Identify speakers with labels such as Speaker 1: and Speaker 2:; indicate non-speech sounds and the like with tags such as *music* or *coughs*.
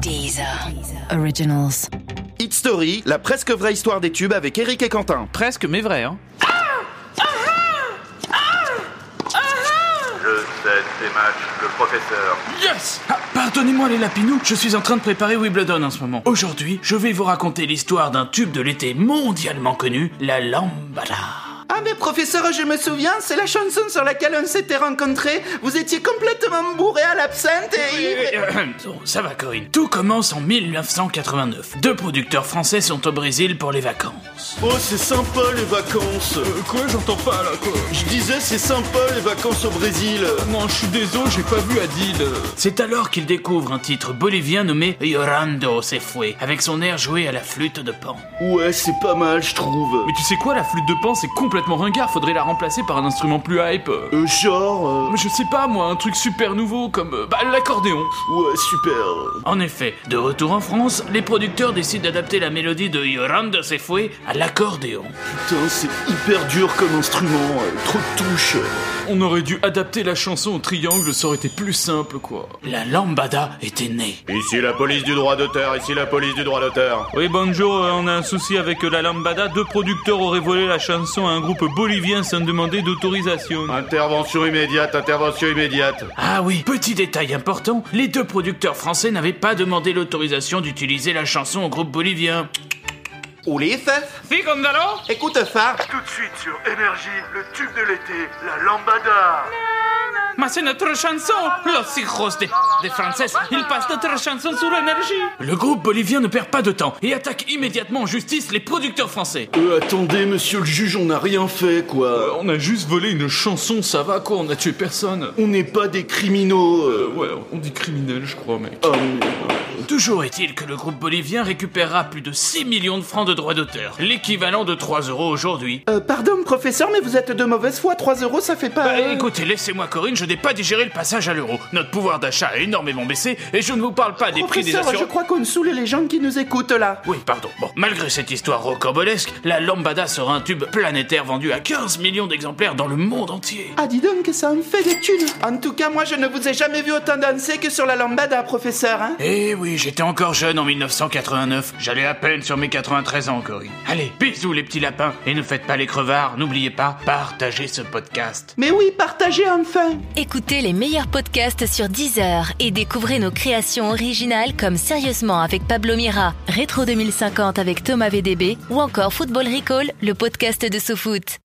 Speaker 1: Deezer. Originals.
Speaker 2: Hit Story, la presque vraie histoire des tubes avec Eric et Quentin.
Speaker 3: Presque, mais vrai, hein
Speaker 4: Je cède ces matchs, le professeur.
Speaker 3: Yes Ah, Pardonnez-moi les lapinous, je suis en train de préparer Wimbledon en ce moment. Aujourd'hui, je vais vous raconter l'histoire d'un tube de l'été mondialement connu,
Speaker 5: *coughs*
Speaker 3: la lambada.
Speaker 6: Ah mais professeur, je me souviens, c'est la chanson sur laquelle on s'était rencontrés. Vous étiez complètement bourré à l'absinthe et...
Speaker 3: Bon, ça va Corinne. Tout commence en 1989. Deux producteurs français sont au Brésil pour les vacances.
Speaker 7: Oh, c'est sympa les vacances.
Speaker 5: Quoi, j'entends pas là, quoi
Speaker 7: Je disais, c'est sympa les vacances au Brésil.
Speaker 5: Non, je suis désolé, j'ai pas vu Adil. euh.
Speaker 3: C'est alors qu'ils découvrent un titre bolivien nommé Yorando se fue, avec son air joué à la flûte de pan.
Speaker 7: Ouais, c'est pas mal, je trouve.
Speaker 5: Mais tu sais quoi, la flûte de pan, c'est complètement ringard, faudrait la remplacer par un instrument plus hype. euh.
Speaker 7: Euh, genre...
Speaker 5: Mais je sais pas, moi, un truc super nouveau comme euh, bah, l'accordéon.
Speaker 7: euh, Ouais, super.
Speaker 3: En effet, de retour en France, les producteurs décident d'adapter la mélodie de Yorando se fue à l'accordéon.
Speaker 7: Putain, c'est hyper dur comme instrument. euh, Trop de touches.
Speaker 5: On aurait dû adapter la chanson au triangle, ça aurait été plus simple, quoi.
Speaker 3: La lambada était née.
Speaker 4: Ici la police du droit d'auteur, ici la police du droit d'auteur.
Speaker 5: Oui, bonjour, euh, on a un souci avec euh, la lambada. Deux producteurs auraient volé la chanson à un groupe bolivien sans demander d'autorisation.
Speaker 4: Intervention immédiate, intervention immédiate.
Speaker 3: Ah oui, petit détail important, les deux producteurs français n'avaient pas demandé l'autorisation d'utiliser la chanson au groupe bolivien.
Speaker 6: Ulysse,
Speaker 3: Si, Gondalo
Speaker 6: écoute ça.
Speaker 4: Tout de suite sur Énergie, le tube de l'été, la lambada.
Speaker 3: Mais c'est notre chanson Los hijos de, de français, ils passent notre chanson sur énergie Le groupe bolivien ne perd pas de temps et attaque immédiatement en justice les producteurs français.
Speaker 7: Euh, attendez, monsieur le juge, on n'a rien fait,
Speaker 5: Euh,
Speaker 7: quoi.
Speaker 5: On a juste volé une chanson, ça va, quoi, on a tué personne.
Speaker 7: On n'est pas des criminaux.
Speaker 5: Euh,
Speaker 7: euh.
Speaker 5: ouais, on dit criminel, je crois, mec.
Speaker 7: Ah, mais-
Speaker 3: Euh, Toujours est-il que le groupe bolivien récupérera plus de 6 millions de francs de droits d'auteur, l'équivalent de 3 euros aujourd'hui.
Speaker 6: Euh, pardon professeur, mais vous êtes de mauvaise foi, 3 euros ça fait pas...
Speaker 3: Bah,
Speaker 6: euh,
Speaker 3: écoutez, laissez-moi Corinne, je n'ai pas digéré le passage à l'euro. Notre pouvoir d'achat a énormément baissé et je ne vous parle pas des prix des
Speaker 6: Professeur, je
Speaker 3: assurances.
Speaker 6: crois qu'on saoule les gens qui nous écoutent là.
Speaker 3: Oui, pardon. Bon, malgré cette histoire rocambolesque, la lambada sera un tube planétaire vendu à 15 millions d'exemplaires dans le monde entier.
Speaker 6: Ah dis donc, ça en fait des thunes. En tout cas, moi je ne vous ai jamais vu autant danser que sur la lambada, professeur. Hein
Speaker 3: Eh oui, j'étais encore jeune en 1989. J'allais à peine sur mes 93 ans, Corinne. Allez, bisous les petits lapins et ne faites pas les crevards. N'oubliez pas, partagez ce podcast.
Speaker 6: mais oui, partagez enfin.
Speaker 1: Écoutez les meilleurs podcasts sur Deezer et découvrez nos créations originales comme Sérieusement avec Pablo Mira, Rétro 2050 avec Thomas VDB ou encore Football Recall, le podcast de sous-foot.